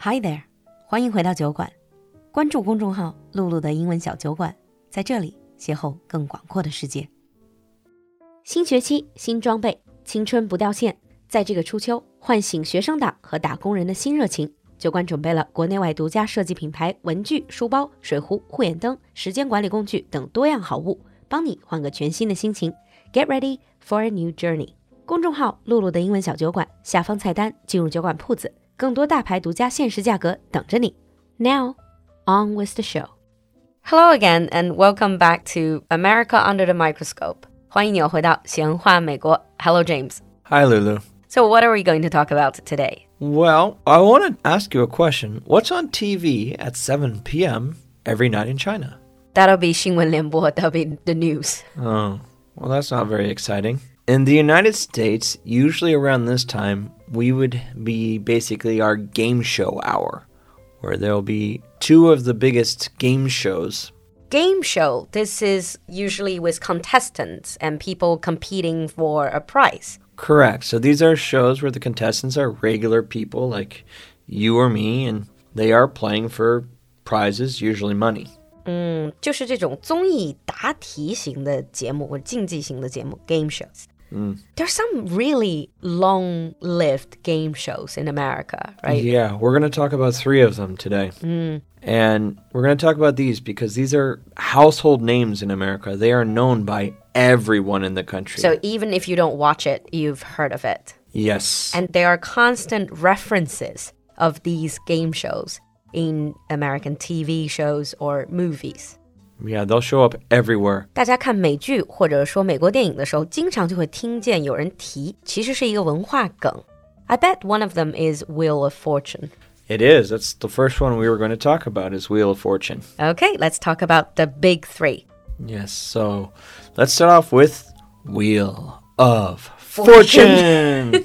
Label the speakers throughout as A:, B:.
A: Hi there，欢迎回到酒馆，关注公众号“露露的英文小酒馆”，在这里邂逅更广阔的世界。新学期、新装备，青春不掉线，在这个初秋，唤醒学生党和打工人的新热情。酒馆准备了国内外独家设计品牌文具、书包、水壶、护眼灯、时间管理工具等多样好物，帮你换个全新的心情。Get ready for a new journey。公众号“露露的英文小酒馆”下方菜单进入酒馆铺子，更多大牌独家限时价格等着你。Now, on with the show. Hello again and welcome back to America Under the Microscope. 欢迎你又回到闲话美国。Hello, James.
B: Hi, Lulu.
A: So, what are we going to talk about today?
B: Well, I want to ask you a question. What's on TV at 7 p.m. every night in China?
A: That'll be 新闻联播 That'll be the news.
B: Oh, well, that's not very exciting. In the United States, usually around this time, we would be basically our game show hour, where there'll be two of the biggest game shows.
A: Game show. This is usually with contestants and people competing for a prize.
B: Correct. So these are shows where the contestants are regular people like you or me, and they are playing for prizes, usually money.
A: 嗯，就是这种综艺答题型的节目或者竞技型的节目 game shows。嗯，There are
B: Mm.
A: some really long-lived game shows in America, right?
B: Yeah, we're going to talk about three of them today. And we're going to talk about these because these are household names in America. They are known by everyone in the country.
A: So even if you don't watch it, you've heard of it.
B: yes.
A: And there are constant references of these game shows in American TV shows or movies.
B: yeah, they'll show up everywhere.
A: 大家看美剧或者说美国电影的时候，经常就会听见有人提，其实是一个文化梗。I bet one of them is Wheel of Fortune.
B: It is. That's the first one we were going to talk about is Wheel of Fortune.
A: Okay, let's talk about the big three.
B: Yes. So, let's start off with Wheel of
A: Fortune.
B: Fortune.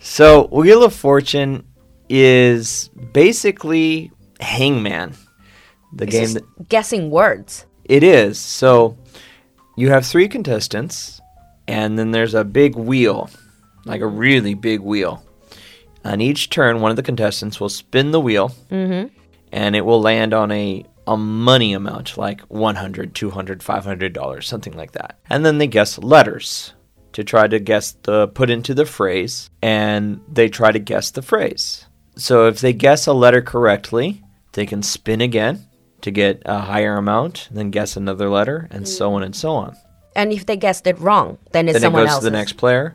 B: so, Wheel of Fortune is basically Hangman. The game
A: Just
B: that
A: guessing words.
B: It is. So you have three contestants, and then there's a big wheel, like a really big wheel. On each turn, one of the contestants will spin the wheel, and it will land on a a money amount like 100 200 500 dollars something like that and then they guess letters to try to guess the put into the phrase and they try to guess the phrase so if they guess a letter correctly they can spin again to get a higher amount then guess another letter and so on and so on
A: And if they guessed it wrong, then it's
B: then it
A: someone
B: goes
A: else.
B: to the next player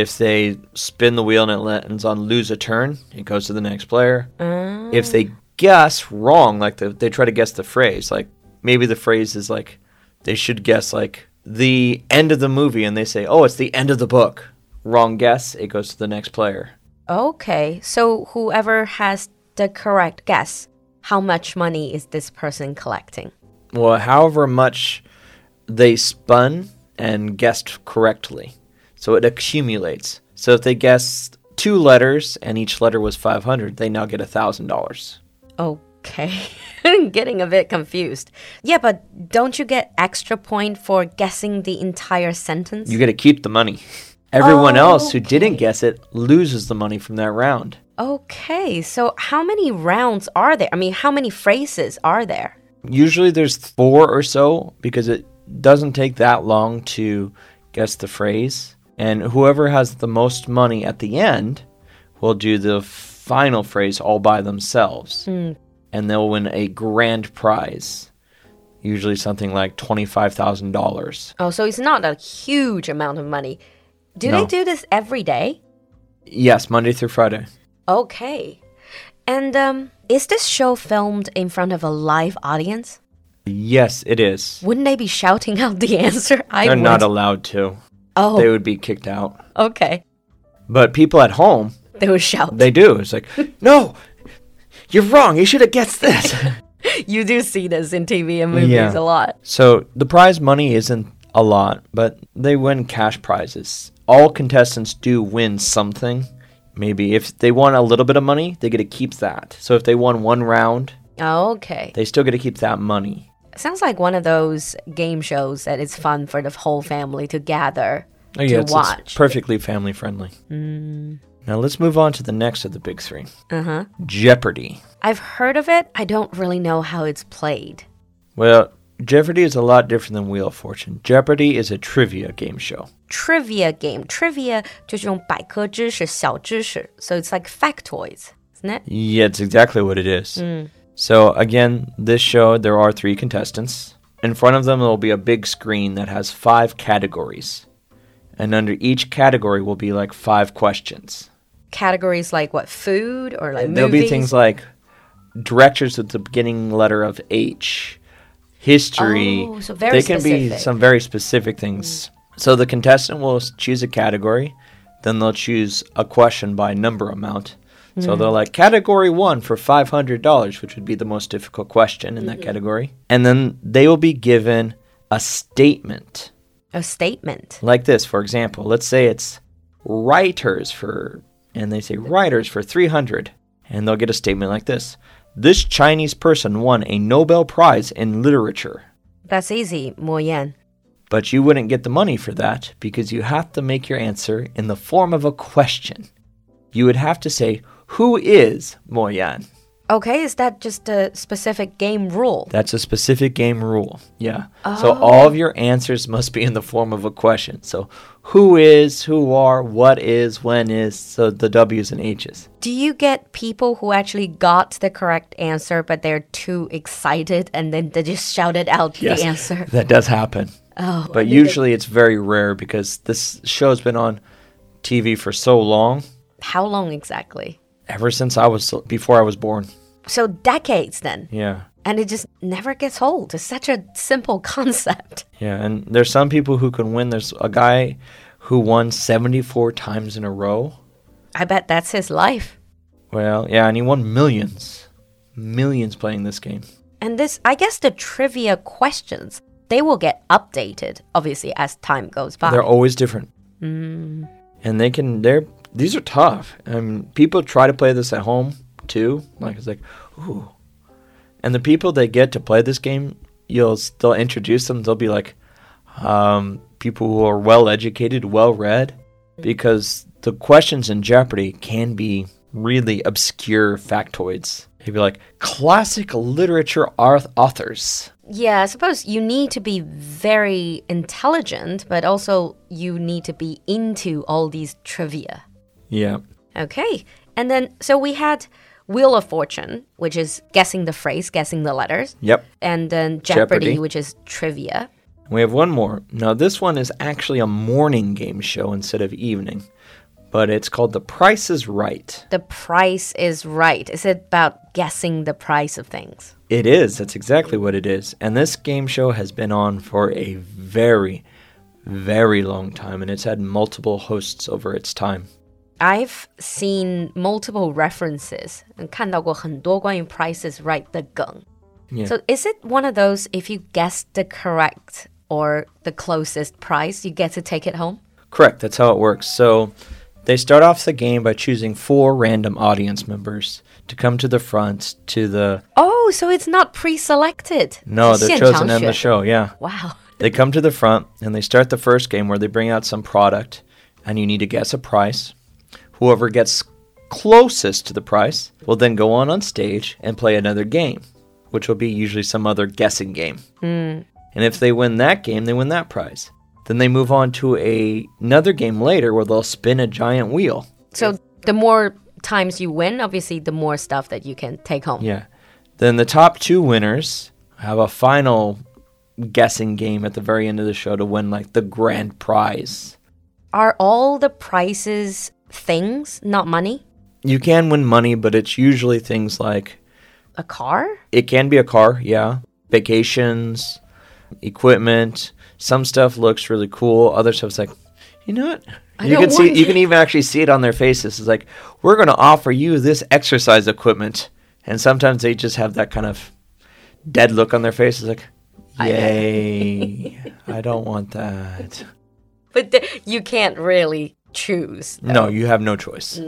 B: if they spin the wheel and it lands on lose a turn it goes to the next player
A: Ah.
B: if they guess wrong like the, they try to guess the phrase like maybe the phrase is like they should guess like the end of the movie and they say oh it's the end of the book wrong guess it goes to the next player
A: Okay, so whoever has the correct guess, how much money is this person collecting?
B: well however much they spun and guessed correctly so it accumulates so if they guessed two letters and each letter was 500 they now get a thousand dollars
A: Okay. I'm getting a bit confused. Yeah, but don't you get extra point for guessing the entire sentence?
B: you get to keep the money everyone else who
A: Okay.
B: didn't guess it loses the money from that round
A: okay, so how many rounds are there? I mean, how many phrases are there?
B: usually there's four or so because it doesn't take that long to guess the phrase and whoever has the most money at the end will do the final phrase all by themselves
A: Hmm,
B: and they'll win a grand prize usually something like $25000
A: Oh, so it's not a huge amount of money. Do they
B: No.
A: do this every day?
B: yes monday through friday
A: Okay. And um, is this show filmed in front of a live audience?
B: yes it is
A: Wouldn't they be shouting out the answer? I
B: they're not
A: would.
B: allowed to
A: oh,
B: they would be kicked out
A: okay.
B: but people at home
A: They would shout.
B: they do it's like no you're wrong you should have guessed this
A: you do see this in TV and movies
B: Yeah.
A: a lot.
B: So the prize money isn't a lot, but they win cash prizes. All contestants do win something. Maybe if they won a little bit of money, they get to keep that. So if they won one round,
A: Okay.
B: they still get to keep that money.
A: Sounds like one of those game shows that it's fun for the whole family to gather to
B: Oh, it's,
A: watch. Mm.
B: it's perfectly family friendly. Now let's move on to the next of the big three
A: Uh huh.
B: Jeopardy.
A: I've heard of it. I don't really know how it's played.
B: Well, Jeopardy is a lot different than Wheel of Fortune. Jeopardy is a trivia game show.
A: Trivia game. Trivia 就是用百科知识、小知识，so it's like factoids, isn't it?
B: Yeah, it's exactly what it is.
A: Mm.
B: So, again, this show, there are three contestants. In front of them, there will be a big screen that has five categories. And under each category will be like five questions.
A: Categories like what? Food or like
B: There'll
A: movies?
B: be things like directors with the beginning letter of H, history.
A: Oh, so very
B: they can be
A: specific.
B: some very specific things. So the contestant will s- choose a category, then they'll choose a question by number amount.
A: Mm-hmm.
B: So they're like category one for five hundred dollars, which would be the most difficult question in
A: Mm-hmm.
B: that category, and then they will be given a statement
A: a statement.
B: like this for example let's say it's writers for and they say writers for 300 and they'll get a statement like this this chinese person won a nobel prize in literature
A: That's easy, Mo Yan.
B: but you wouldn't get the money for that because you have to make your answer in the form of a question you would have to say who is moyan
A: Okay, is that just a specific game rule?
B: that's a specific game rule yeah
A: Oh.
B: so all of your answers must be in the form of a question so who is who are what is when is so the w's and h's
A: Do you get people who actually got the correct answer, but they're too excited and then they just shouted out the answer?
B: That does happen.
A: Oh,
B: But usually it's very rare because this show's been on TV for so long,
A: how long exactly?
B: ever since I was before I was born.
A: So decades then,
B: Yeah.
A: and it just never gets old. It's such a simple concept.
B: Yeah, and there's some people who can win. There's a guy who won 74 times in a row.
A: I bet that's his life.
B: Well, yeah, and he won millions. Millions playing this game.
A: And this, I guess, the trivia questions they will get updated obviously as time goes by. Mm.
B: They're always different. And they can, they're, these are tough. I mean, people try to play this at home too. Like, it's like, ooh. And the people they get to play this game, you'll, s- they'll introduce them. They'll be like, um, people who are well educated, well read, because the questions in Jeopardy can be really obscure factoids. They'd be like, classic literature arth- authors.
A: Yeah, I suppose you need to be very intelligent, but also you need to be into all these trivia.
B: Yeah.
A: Okay. And then, so we had Wheel of Fortune, which is guessing the phrase, guessing the letters,
B: Yep.
A: and then Jeopardy,
B: Jeopardy.
A: which is trivia.
B: We have one more. Now, this one is actually a morning game show instead of evening, but it's called The Price is Right.
A: The price is right. Is it about guessing the price of things?
B: It is, that's exactly what it is. And this game show has been on for a very, very long time, and it's had multiple hosts over its time.
A: I've seen multiple references and 看到过很多关于 price is right 的梗。
B: Yeah.
A: So is it one of those if you guess the correct or the closest price, you get to take it home?
B: Correct, that's how it works. So they start off the game by choosing four random audience members to come to the front to the.
A: Oh, so it's not pre-selected.
B: No,
A: 是
B: they're chosen in the
A: 现场选。
B: show, yeah.
A: Wow.
B: They come to the front and they start the first game where they bring out some product and you need to guess a price. Whoever gets closest to the price will then go on on stage and play another game, which will be usually some other guessing game.
A: Hmm.
B: And if they win that game, they win that prize. Then they move on to a, another game later where they'll spin a giant wheel.
A: So the more times you win, obviously the more stuff that you can take home.
B: Yeah. Then the top two winners have a final guessing game at the very end of the show to win like the grand prize.
A: Are all the prices things, not money?
B: you can win money, but it's usually things like
A: A car?
B: it can be a car, yeah, vacations, equipment. Some stuff looks really cool. Other stuff's like, you know what?
A: I
B: You
A: don't
B: can see
A: want
B: you
A: it."
B: can even actually see it on their faces. It's like we're going to offer you this exercise equipment, and sometimes they just have that kind of dead look on their face. It's like, yay, I don't want that.
A: But th- you can't really choose.
B: No, you have no choice.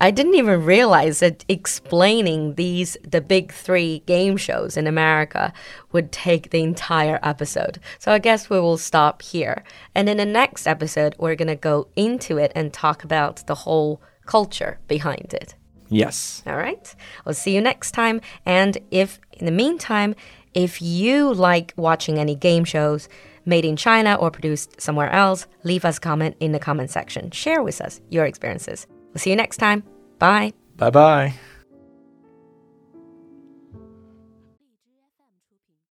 A: I didn't even realize that explaining these the big three game shows in America would take the entire episode. So I guess we will stop here. And in the next episode, we're gonna go into it and talk about the whole culture behind it.
B: Yes.
A: All right. I'll see you next time. And if, in the meantime, if you like watching any game shows made in China or produced somewhere else, leave us a comment in the comment section. Share with us your experiences. We'll see you next time. Bye.
B: Bye bye.